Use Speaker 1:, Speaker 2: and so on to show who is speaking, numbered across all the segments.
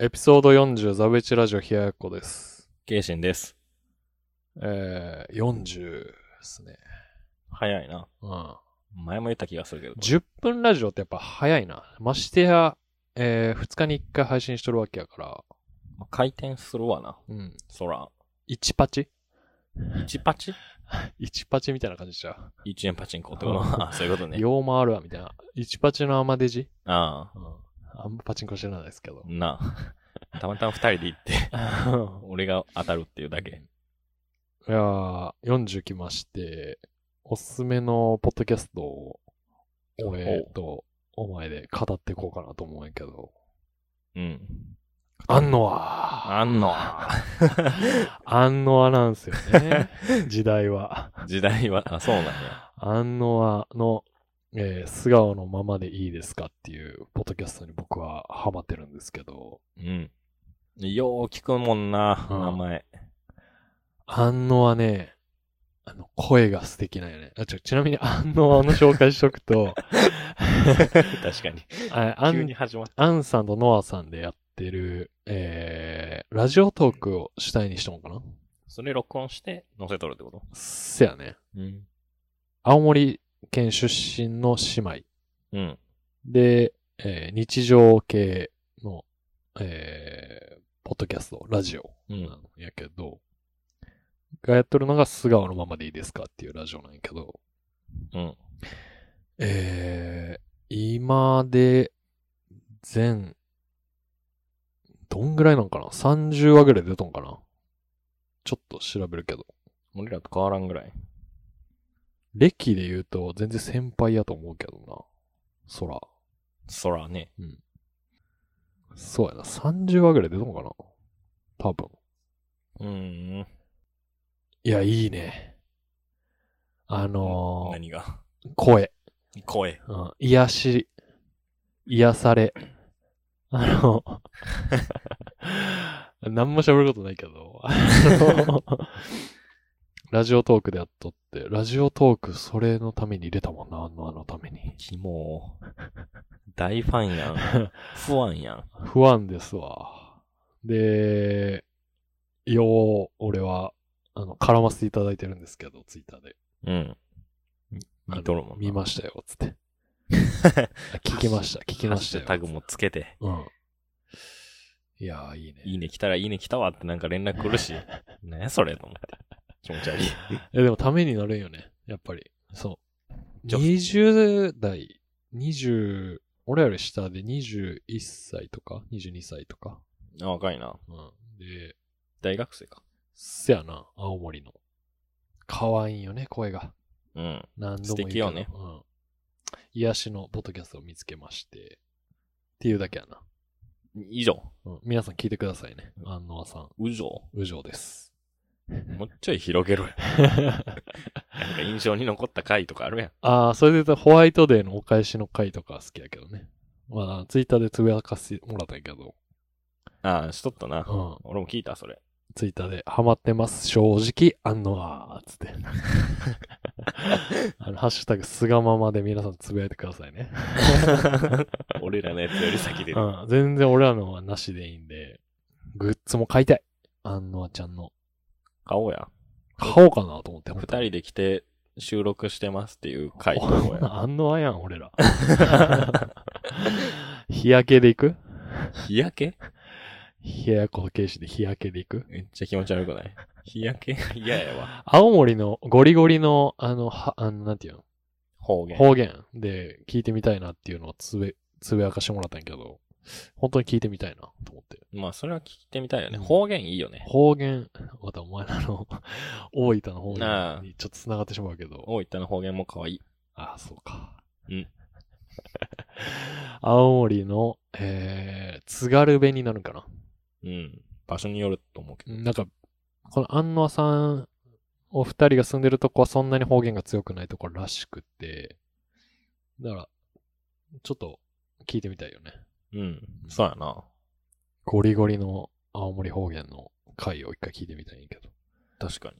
Speaker 1: エピソード40、ザベチラジオ、冷ややっこです。
Speaker 2: ケイシンです。
Speaker 1: えー、40ですね。
Speaker 2: 早いな。
Speaker 1: うん。
Speaker 2: 前も言った気がするけど。
Speaker 1: 10分ラジオってやっぱ早いな。ましてや、えー、2日に1回配信しとるわけやから、
Speaker 2: まあ回転するわな。
Speaker 1: うん。
Speaker 2: そら。
Speaker 1: 1パチ
Speaker 2: 1パチ
Speaker 1: ?1 パチみたいな感じじゃう。
Speaker 2: ?1 円パチンコってことあ そういうことね。
Speaker 1: よう回るわ、みたいな。1パチのアマデジ
Speaker 2: あ
Speaker 1: うん。あんまパチンコ知らないですけど
Speaker 2: あ。。なあ。たまたま2人で行って、俺が当たるっていうだけ。
Speaker 1: いやー、40来まして、おすすめのポッドキャストを、俺とお前で語っていこうかなと思うんやけど。
Speaker 2: うん。
Speaker 1: あんのは、
Speaker 2: あんの。
Speaker 1: あんのはなんすよ ね。時代は。
Speaker 2: 時代は、あ、そうなんや。
Speaker 1: あんのはの、えー素顔のままでいいですかっていうポッドキャストに僕はハマってるんですけど、
Speaker 2: うん。よう聞くもんな、
Speaker 1: うん
Speaker 2: 名 前。
Speaker 1: あんのはね、あの、声が素敵なんよね。あちょちなみに、あんのはの紹介しとく と、
Speaker 2: 確かに。
Speaker 1: ああん
Speaker 2: 急に始まっ
Speaker 1: アンさんとノアさんでやってる、えー、ラジオトークを主体にしたのかな
Speaker 2: それ録音して載せとるってこと
Speaker 1: せやね。
Speaker 2: うん。
Speaker 1: 青森県出身の姉妹
Speaker 2: うん。
Speaker 1: で、えー日常系の、えーポッドキャスト、ラジオ
Speaker 2: う
Speaker 1: なん
Speaker 2: ん。
Speaker 1: やけど、がやっとるのが素顔のままでいいですかっていうラジオなんやけど、
Speaker 2: うん。
Speaker 1: えー、今で、全、どんぐらいなんかな ?30 話ぐらい出とんかなちょっと調べるけど。
Speaker 2: 俺らと変わらんぐらい。
Speaker 1: 歴で言うと全然先輩やと思うけどな。そら。
Speaker 2: そらね。
Speaker 1: そうやな。30話ぐらい出とんかな多分。
Speaker 2: うん。
Speaker 1: いや、いいね。あのー
Speaker 2: 何が
Speaker 1: 声、
Speaker 2: 声。
Speaker 1: うん。癒し、癒され。あの、 何も喋ることないけど、あの ラジオトークでやっとって、ラジオトークそれのために入れたもんな、あの、あのために。
Speaker 2: キモ大ファンやん。不安やん。
Speaker 1: 不安ですわ。で、よう、俺は、あの、絡ませていただいてるんですけど、ツイッターで。
Speaker 2: うん。見とる
Speaker 1: あ
Speaker 2: も
Speaker 1: の
Speaker 2: ん
Speaker 1: 見ま
Speaker 2: し
Speaker 1: したよ、つ って。聞きました、聞きましたよ。
Speaker 2: タグもつけて、
Speaker 1: うん。いやー、いいね。
Speaker 2: いいね来たらいいね来たわってなんか連絡来るし、なんやそれと思って。気持ち悪い。
Speaker 1: え、でもためになるんよね、やっぱり。そう。
Speaker 2: 女
Speaker 1: 20代、20、俺より下で21歳とか、22歳とか。
Speaker 2: あ、若いな。
Speaker 1: うん。で、
Speaker 2: 大学生か。
Speaker 1: せやな、青森の。可愛いよね、声が。
Speaker 2: うん。
Speaker 1: 何度も言うけど
Speaker 2: 素敵よね。
Speaker 1: うん。癒しのポッドキャストを見つけまして。っていうだけやな。
Speaker 2: 以上。
Speaker 1: うん、皆さん聞いてくださいね。安納さん、
Speaker 2: う上。
Speaker 1: うじょうです。
Speaker 2: もうちょい広げろよ。なんか印象に残った回とかあるやん。
Speaker 1: ああ、それで言うとホワイトデーのお返しの回とか好きやけどね。まあ、ツイッターでつぶやかせてもらったんやけど、
Speaker 2: ああ、しとったな。
Speaker 1: うん、
Speaker 2: 俺も聞いた、それ。
Speaker 1: ツイッターでハマってます、正直、安納は、つ って。あの、ハッシュタグ、すがままで皆さんつぶやいてくださいね。
Speaker 2: 俺らのやつより先で
Speaker 1: う。ん、全然俺らのはなしでいいんで、グッズも買いたい。安納ちゃんの。
Speaker 2: 買おうや。
Speaker 1: 買おうかなと思って、
Speaker 2: 二
Speaker 1: 本当に
Speaker 2: 人で来て収録してますっていう回と
Speaker 1: お
Speaker 2: か や。
Speaker 1: なあんのあやん、俺ら。日焼けで行く
Speaker 2: 日焼け
Speaker 1: 冷ややっこ形式で日焼けで行く
Speaker 2: めっちゃ気持ち悪く ない日焼け嫌やわ。
Speaker 1: 青森のゴリゴリの、あの、は、あの、なんていうの
Speaker 2: 方言。
Speaker 1: 方言で聞いてみたいなっていうのをつぶ、つぶやかしてもらったんやけど、本当に聞いてみたいなと思って。
Speaker 2: まあ、それは聞いてみたいよね。
Speaker 1: うん
Speaker 2: 方言いいよね。
Speaker 1: 方言、またお前らの 大分の方
Speaker 2: あ
Speaker 1: 言
Speaker 2: あ
Speaker 1: にちょっと繋がってしまうけど、
Speaker 2: 大分の方言も可愛い。
Speaker 1: ああ、そうか。
Speaker 2: うん。
Speaker 1: 青森の、えー、津軽弁になるんかな
Speaker 2: うん。場所によると思うけど。
Speaker 1: なんか、この安納さん、お二人が住んでるとこはそんなに方言が強くないところらしくて、だから、ちょっと聞いてみたいよね。
Speaker 2: うん。そうやな。
Speaker 1: ゴリゴリの青森方言の回を一回聞いてみたいんやけど。
Speaker 2: 確かに。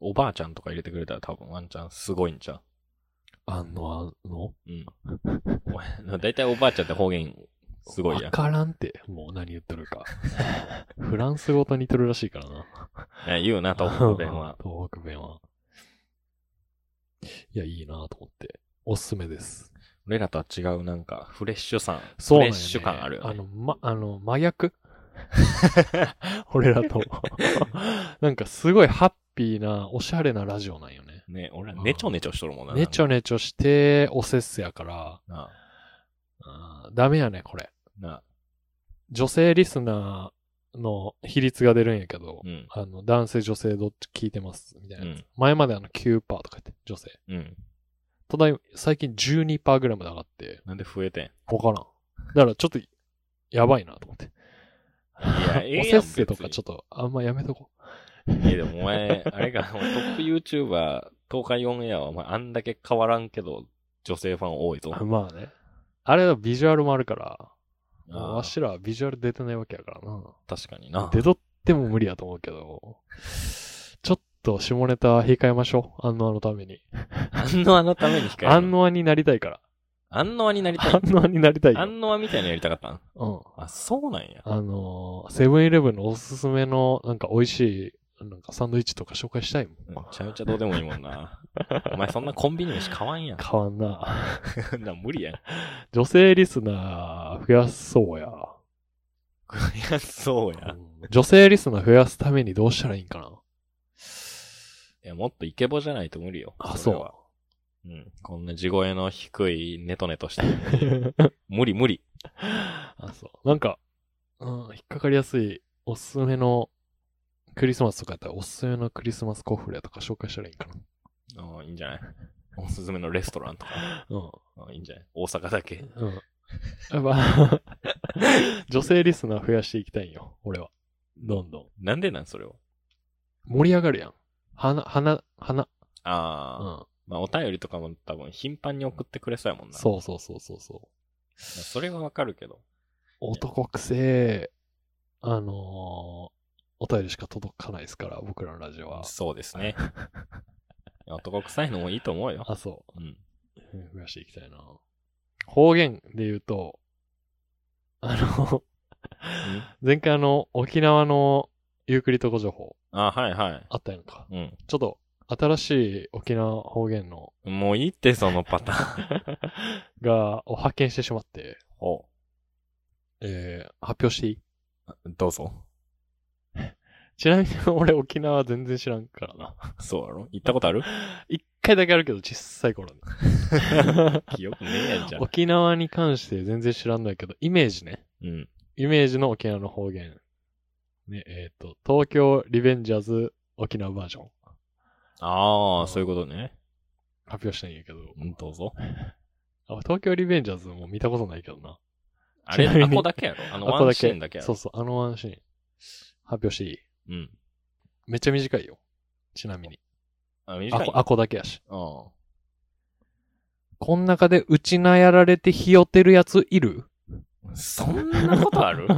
Speaker 2: おばあちゃんとか入れてくれたら多分ワンチャンすごいんちゃ
Speaker 1: 安納の
Speaker 2: ううん。お前だいたいおばあちゃんって方言すごいや
Speaker 1: わからんって、もう何言ってる か。フランス語と似てるらしいからな。。
Speaker 2: ん。言うな、東北弁は
Speaker 1: 東北弁は。いや、いいなと思って。おすすめです。
Speaker 2: 俺らとは違う、なんか、フレッシュさん。
Speaker 1: そうなんよ
Speaker 2: フレッ
Speaker 1: ね
Speaker 2: シュ感あるよ
Speaker 1: あ
Speaker 2: ね。
Speaker 1: の、ま、 あの、麻薬俺らと。 なんかすごいハッピーな、おしゃれなラジオなんよね。
Speaker 2: ね、俺ら、ねちょねちょしとるもんな。
Speaker 1: ねち
Speaker 2: ょ。
Speaker 1: ょねちょして、おせっせやから、
Speaker 2: な
Speaker 1: あーダメやね、これ。
Speaker 2: あ、なあ、
Speaker 1: 女性リスナーの比率が出るんやけど、
Speaker 2: うん、
Speaker 1: あの、男性女性どっち聞いてます、みたいなやつ。
Speaker 2: うん
Speaker 1: 前まであの9%とか言って、女性。
Speaker 2: うん。
Speaker 1: ただいま、最近12%ぐらいまで上がって、
Speaker 2: なんで増えて ん
Speaker 1: わからん。だからちょっと、やばいなと思って。
Speaker 2: いや、ええ
Speaker 1: おせ
Speaker 2: や
Speaker 1: っ
Speaker 2: ん
Speaker 1: せとかちょっと、あんまやめとこ
Speaker 2: 別にいや、でもお前、あれか、お前トップ YouTuber、東海オンエアは、お前、あんだけ変わらんけど、女性ファン多いぞ。
Speaker 1: う。まあね。あれはビジュアルもあるから、
Speaker 2: ああ
Speaker 1: わしらはビジュアル出てないわけやからな。
Speaker 2: 確かにな。
Speaker 1: 出とっても無理やと思うけど、ちょっと下ネタ控えましょう。安納のために。
Speaker 2: 安納アのために控える。
Speaker 1: 安。納になりたいから。
Speaker 2: 安納アになりたい
Speaker 1: 安。納になりたいよ。
Speaker 2: 安納アみたいなのやりたかったん
Speaker 1: うん。
Speaker 2: あ、そうなんや。
Speaker 1: あのーセブンイレブンのおすすめの、なんか美味しい、なんかサンドイッチとか紹介したいもん。
Speaker 2: めちゃめちゃどうでもいいもん な。お前そんなコンビニ飯買わんやん。
Speaker 1: 変わんな。
Speaker 2: そんな無理やん。い
Speaker 1: 女性リスナー増やそうや。
Speaker 2: や、そう
Speaker 1: う
Speaker 2: や。
Speaker 1: ん女性リスナー増やすためにどうしたらいいんかな。
Speaker 2: いや、もっとイケボじゃないと無理よ。
Speaker 1: あ、
Speaker 2: それ
Speaker 1: そ
Speaker 2: はうん。こんな地声の低いネトネトして。無理無理。
Speaker 1: う。あ、そう。なんか、うん、引っかかりやすい、おすすめの、クリスマスとかやったら、おすすめのクリスマスコフレとか紹介したらいいんか
Speaker 2: あいいんじゃないおすすめのレストランとか。
Speaker 1: な。うん。
Speaker 2: あいいんじゃない大阪だけ。
Speaker 1: うん。 やっぱ 女性リスナー増やしていきたいんよ、俺は。どんどん。
Speaker 2: なんでなんそれを。
Speaker 1: 盛り上がるやん。花、花、花。う
Speaker 2: ああ、
Speaker 1: ん。
Speaker 2: まあお便りとかも多分頻繁に送ってくれそうやもんな。う。
Speaker 1: そうそうそうそうそう。
Speaker 2: それはわかるけど。
Speaker 1: 男くせえ、あのーお便りしか届かないですから、僕らのラジオは。
Speaker 2: そうです ね。いや男臭いのもいいと思うよ。
Speaker 1: あ、そ
Speaker 2: うん。
Speaker 1: う。増やしていきたいな。方言で言うと、あの、 前回あの、沖縄のゆっくりとこ情報
Speaker 2: あ、はいはい。
Speaker 1: あったやんか。
Speaker 2: うん。
Speaker 1: ちょっと、新しい沖縄方言の
Speaker 2: もういいって、そのパターン。
Speaker 1: が、を発見してしまって、
Speaker 2: お
Speaker 1: えー、発表していい
Speaker 2: どうぞ。
Speaker 1: ちなみに俺沖縄全然知らんからな。
Speaker 2: そうやろ行ったことある
Speaker 1: 一回だけあるけど、小さい頃に。
Speaker 2: 記憶ねえ やんじゃ ん。
Speaker 1: 沖縄に関して全然知らんのやけど、イメージね。
Speaker 2: うん。
Speaker 1: イメージの沖縄の方言。ね、えっ、と、東京リベンジャーズ沖縄バージョン。
Speaker 2: ああ、そういうことね。
Speaker 1: 発表したいんやけど。
Speaker 2: うん、どうぞ。
Speaker 1: あ東京リベンジャーズも見たことないけどな。
Speaker 2: あれ、
Speaker 1: ちなみに
Speaker 2: あこだけやろあの、
Speaker 1: あこ
Speaker 2: ワンシーンだけや
Speaker 1: そ
Speaker 2: ろ
Speaker 1: うそう、あのワンシーン。発表していい
Speaker 2: うん。
Speaker 1: めっちゃ短いよ。ちなみに。
Speaker 2: あ、
Speaker 1: あ
Speaker 2: 短い
Speaker 1: こ。あこだけやし。
Speaker 2: あ
Speaker 1: こん中でうちなやられてひよてるやついる
Speaker 2: あ。そんなことある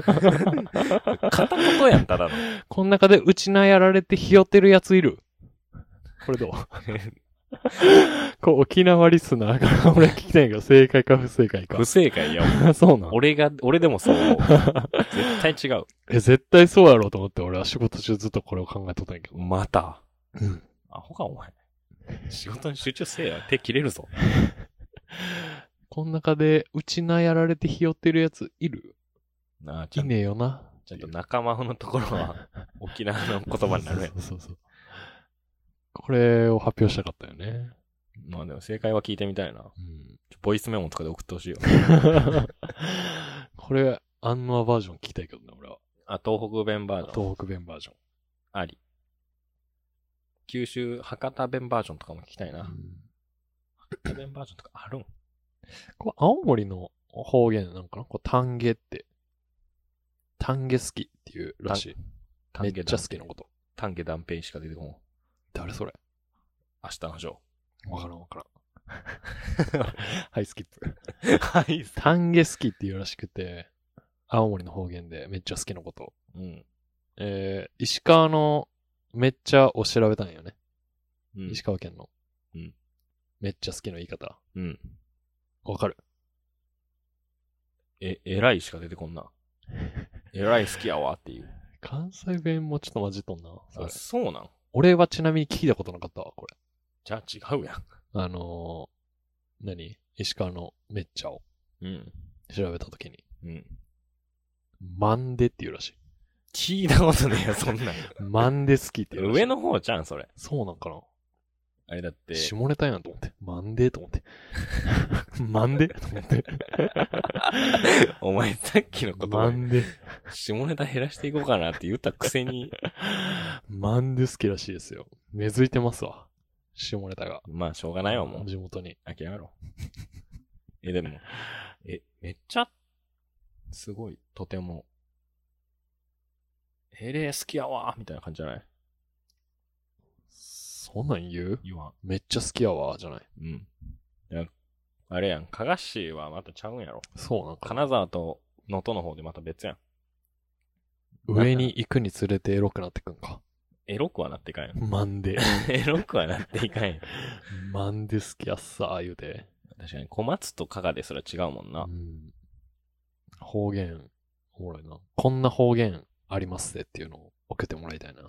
Speaker 2: 片言やん、ただの。
Speaker 1: こん中でうちなやられてひよてるやついるこ れどうこう沖縄リスナーから俺聞きたいんやけど、正解か不正解か
Speaker 2: 不。正解 や。
Speaker 1: そうなん
Speaker 2: 俺が、俺でもそう思う。絶対違う。
Speaker 1: え、絶対そうやろうと思って俺は仕事中ずっとこれを考えとったんやけど。
Speaker 2: また。
Speaker 1: うん。
Speaker 2: アホか、お前。仕事に集中せえや。手切れるぞ。
Speaker 1: こん中でうちなやられてひよてるやついる
Speaker 2: なあ、ち
Speaker 1: い
Speaker 2: ゃん
Speaker 1: ねえよな。
Speaker 2: ちゃんと仲間のところは、沖縄の言葉になるやん。
Speaker 1: そうそうそうそう。これを発表したかったよ ね。
Speaker 2: まあでも正解は聞いてみたいな。
Speaker 1: うん。
Speaker 2: ちょボイスメモとかで送ってほしいよ。
Speaker 1: これ、アンノアバージョン聞きたいけどね、俺は。
Speaker 2: あ、東北弁バージョン。
Speaker 1: 東北弁バージョン。
Speaker 2: あり。九州博多弁バージョンとかも聞きたいな。博多弁バージョンとかあるん
Speaker 1: これ、青森の方言なんかなこう、丹下って。丹下好きっていうらしい。めっちゃ好きなこと。
Speaker 2: 丹下断平しか出てこん。
Speaker 1: 誰それ
Speaker 2: 明日のジョ
Speaker 1: わからんわからん。 はい、スキップ。
Speaker 2: ー。はい。
Speaker 1: 丹下好きっていうらしくて、青森の方言でめっちゃ好きなこと。
Speaker 2: うん。
Speaker 1: えー、石川のめっちゃを調べたんよね。
Speaker 2: うん
Speaker 1: 石。川県の。
Speaker 2: うん
Speaker 1: めっちゃ好きの言い方。
Speaker 2: うん。
Speaker 1: わかる
Speaker 2: え、えらいしか出てこん な。えらい好きやわっていう。
Speaker 1: 関西弁もちょっと混じっとんな。それ
Speaker 2: あ、そうなん
Speaker 1: 俺はちなみに聞いたことなかったわ、これ。
Speaker 2: じゃあ違うやん。
Speaker 1: あのー、何石川のめっちゃを
Speaker 2: うん。
Speaker 1: 調べたときに。
Speaker 2: うん。
Speaker 1: マンデっていうらしい。
Speaker 2: 聞いたことねえよ、そんなん。
Speaker 1: マンデ好きっていうらしい。
Speaker 2: 上の方じゃん、それ。
Speaker 1: そうなんかな
Speaker 2: あれだって。
Speaker 1: 下ネタやんと思って。マンデと 思って。マンデと思って。
Speaker 2: お前さっきの言
Speaker 1: マ
Speaker 2: 葉
Speaker 1: ンデ。
Speaker 2: 下ネタ減らしていこうかなって言ったくせに、
Speaker 1: マンデ好きらしいですよ。根付いてますわ。下ネタが。
Speaker 2: まあしょうがないわ、もう。
Speaker 1: 地元に。
Speaker 2: 諦めろ。え、でも、え、めっちゃ、すごい、とても、えれ好きやわみたいな感じじゃない
Speaker 1: そんなん言う
Speaker 2: 言わ
Speaker 1: めっちゃ好きやわ、じゃない。
Speaker 2: ん。うん。なんかあれやん、加賀市はまたちゃうんやろ。
Speaker 1: そうなんかな。
Speaker 2: 金沢と能登の方でまた別やん。
Speaker 1: 上に行くにつれてエロくなってくんか。
Speaker 2: エロくはなっていかんよ。
Speaker 1: マンデ。
Speaker 2: エロくはなっていかんよ。
Speaker 1: マンデ好きやっさ、言うて。
Speaker 2: 確かに、小松と加賀ですら違うもんな
Speaker 1: う。ん方言、おもろいな。こんな方言ありますねっていうのを送ってもらいたいな。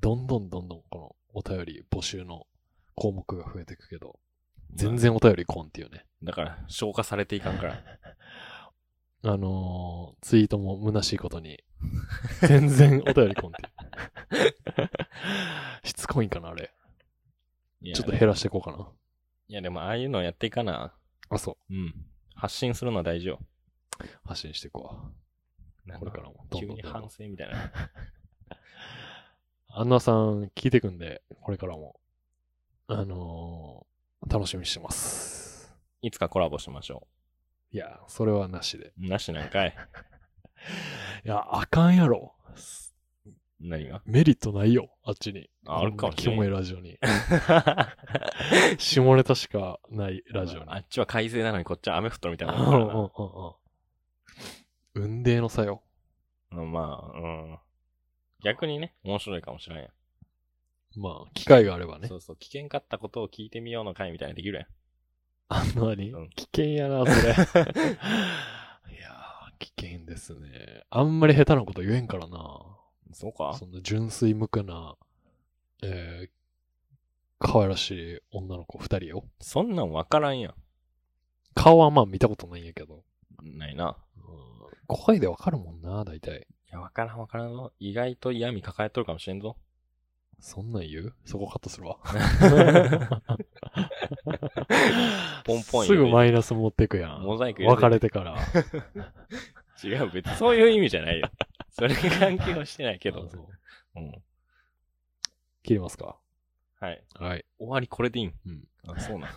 Speaker 1: どんどんどんどんこのお便り募集の項目が増えていくけど、全然お便りこんっていうね。
Speaker 2: だから、消化されていか んから。
Speaker 1: あのー、ツイートも虚しいことに、全然お便りこんって いう。しつこいんかな、あれ。
Speaker 2: いや
Speaker 1: ちょっと減らしていこうかな。
Speaker 2: いや、でも、ああいうのやっていかな。
Speaker 1: あ、そ
Speaker 2: うん。発信するのは大事よ。
Speaker 1: う。発信していこわこれからも。ど
Speaker 2: 急
Speaker 1: んどん
Speaker 2: に
Speaker 1: どんど
Speaker 2: 反
Speaker 1: ん。
Speaker 2: 省みたいな。
Speaker 1: アンナさん聞いてくんで、これからも。あのー、楽しみにしてます。
Speaker 2: いつかコラボしましょ
Speaker 1: いや、それはなしで。
Speaker 2: う。なしなんかい。
Speaker 1: いや、あかんやろ。
Speaker 2: 何が
Speaker 1: メリットないよ、あっちに。
Speaker 2: ああるかもしれん
Speaker 1: キモいラジオに。下ネタしかない ラジオに。
Speaker 2: あっちは快晴なのにこっちは雨降っとるみたいな
Speaker 1: う
Speaker 2: も
Speaker 1: んう
Speaker 2: ん
Speaker 1: ん
Speaker 2: だから
Speaker 1: うんうん。運命の差よ。
Speaker 2: な。うんまあ、うん。逆にね、面白いかもしれんや
Speaker 1: まあ、機会があれば
Speaker 2: ん。
Speaker 1: ね
Speaker 2: そ。うそう、危険かったことを聞いてみようの回みたいなできるやん。
Speaker 1: あんなに
Speaker 2: うん
Speaker 1: 危険やな、 それ。いやー、危険ですね。あんまり下手なこと言えんからな。
Speaker 2: そうか
Speaker 1: そんな純粋無垢な、えー、可愛らしい女の子二人よ。
Speaker 2: そんなんわからんやん。
Speaker 1: 顔はまあ見たことないんやけど。
Speaker 2: ないな。
Speaker 1: うん声でわかるもんな、大体。
Speaker 2: いや、わからんわからんぞ。意外と嫌味抱えとるかもしれんぞ。
Speaker 1: そんなん言うそこカットするわ。
Speaker 2: ポンポ
Speaker 1: す
Speaker 2: ン入れて
Speaker 1: ぐマイナス持ってくやん。
Speaker 2: モザイク入れて
Speaker 1: 別れてから。
Speaker 2: 違 う、別にそういう意味じゃないよ。それが関係はしてないけど
Speaker 1: あ。そう
Speaker 2: うん。
Speaker 1: 切りますか
Speaker 2: はい。
Speaker 1: はい。
Speaker 2: 終わりこれでいいん。
Speaker 1: うん。
Speaker 2: あ、そうなん。